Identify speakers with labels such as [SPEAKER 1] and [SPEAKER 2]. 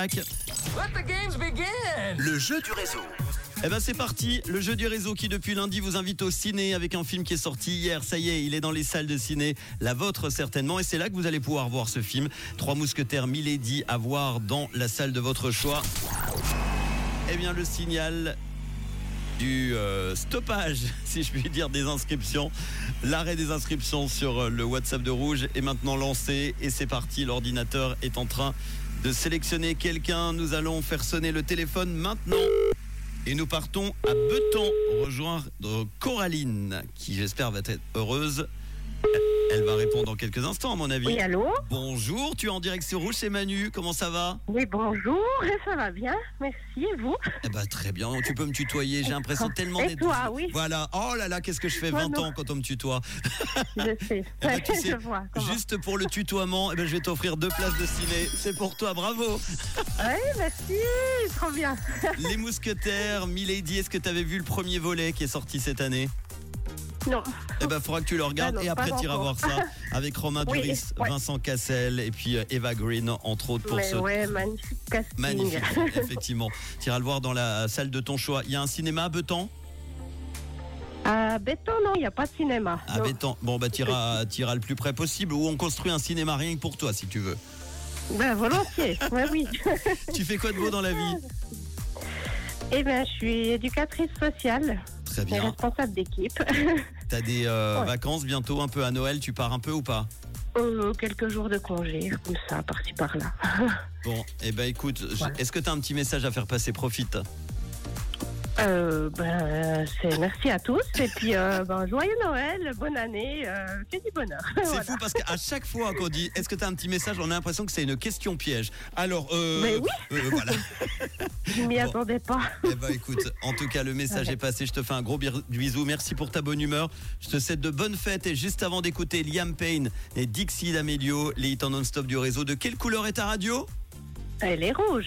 [SPEAKER 1] Tac.
[SPEAKER 2] Let the games begin!
[SPEAKER 3] Le jeu du réseau.
[SPEAKER 1] Eh ben c'est parti, le jeu du réseau qui depuis lundi vous invite au ciné avec un film qui est sorti hier. Ça y est, il est dans les salles de ciné, la vôtre certainement, et c'est là que vous allez pouvoir voir ce film. Trois mousquetaires Milady à voir dans la salle de votre choix. Eh bien le signal du euh, stoppage, si je puis dire, des inscriptions. L'arrêt des inscriptions sur euh, le WhatsApp de Rouge est maintenant lancé et c'est parti. L'ordinateur est en train de sélectionner quelqu'un. Nous allons faire sonner le téléphone maintenant. Et nous partons à Beton rejoindre Coraline, qui j'espère va être heureuse. Elle- Elle va répondre dans quelques instants, à mon avis.
[SPEAKER 4] Oui, allô
[SPEAKER 1] Bonjour, tu es en direct sur Rouge, c'est Manu. Comment ça va
[SPEAKER 4] Oui, bonjour, ça va bien, merci, et vous
[SPEAKER 1] Eh ben très bien, tu peux me tutoyer, j'ai l'impression tellement
[SPEAKER 4] Et
[SPEAKER 1] d'être...
[SPEAKER 4] toi, oui,
[SPEAKER 1] Voilà, oh là là, qu'est-ce que je fais
[SPEAKER 4] Toi,
[SPEAKER 1] 20
[SPEAKER 4] non.
[SPEAKER 1] ans quand on me tutoie.
[SPEAKER 4] je sais,
[SPEAKER 1] ben, tu sais,
[SPEAKER 4] je vois. Comment.
[SPEAKER 1] Juste pour le tutoiement, eh ben, je vais t'offrir deux places de ciné. C'est pour toi, bravo.
[SPEAKER 4] Oui, merci, trop bien.
[SPEAKER 1] Les Mousquetaires, Milady, est-ce que tu avais vu le premier volet qui est sorti cette année
[SPEAKER 4] Non,
[SPEAKER 1] Eh ben, faudra que tu le regardes
[SPEAKER 4] Ah non,
[SPEAKER 1] et après
[SPEAKER 4] pas
[SPEAKER 1] t'iras
[SPEAKER 4] encore.
[SPEAKER 1] voir ça avec Romain
[SPEAKER 4] Oui,
[SPEAKER 1] Duris,
[SPEAKER 4] ouais.
[SPEAKER 1] Vincent Cassel et puis euh, Eva Green entre autres pour
[SPEAKER 4] mais
[SPEAKER 1] ce
[SPEAKER 4] ouais, magnifique casting.
[SPEAKER 1] magnifique. effectivement, t'iras le voir dans la salle de ton choix. Il y a un cinéma à Betan
[SPEAKER 4] À Béton, non, il n'y a pas de cinéma.
[SPEAKER 1] À
[SPEAKER 4] non.
[SPEAKER 1] Betan. Bon bah t'iras t'iras le plus près possible ou on construit un cinéma rien que pour toi si tu veux.
[SPEAKER 4] Ben, volontiers, ouais, oui.
[SPEAKER 1] tu fais quoi de beau dans la vie
[SPEAKER 4] Eh bien, je suis éducatrice sociale,
[SPEAKER 1] Très
[SPEAKER 4] et
[SPEAKER 1] bien.
[SPEAKER 4] responsable d'équipe.
[SPEAKER 1] T'as des euh,
[SPEAKER 4] Ouais.
[SPEAKER 1] vacances bientôt un peu à Noël, tu pars un peu ou pas
[SPEAKER 4] Euh, quelques jours de congé, comme ça, par-ci, par-là.
[SPEAKER 1] Bon, eh ben écoute, je-
[SPEAKER 4] Voilà.
[SPEAKER 1] est-ce que t'as un petit message à faire passer Profite.
[SPEAKER 4] Euh, ben, c'est merci à tous, et puis, euh, ben, joyeux Noël, bonne année, euh, que du bonheur.
[SPEAKER 1] C'est
[SPEAKER 4] Voilà.
[SPEAKER 1] fou parce qu'à chaque fois qu'on dit est-ce que t'as un petit message, on a l'impression que c'est une question piège. Alors, euh,
[SPEAKER 4] Mais oui.
[SPEAKER 1] euh, voilà.
[SPEAKER 4] Je m'y
[SPEAKER 1] Bon.
[SPEAKER 4] attendais pas.
[SPEAKER 1] Eh ben écoute, en tout cas le message est passé. Je te fais un gros bir- bisou. Merci pour ta bonne humeur. Je te souhaite de bonnes fêtes et juste avant d'écouter Liam Payne et Dixie D'Amelio, les hits en non-stop du réseau. De quelle couleur est ta radio
[SPEAKER 4] Elle est rouge.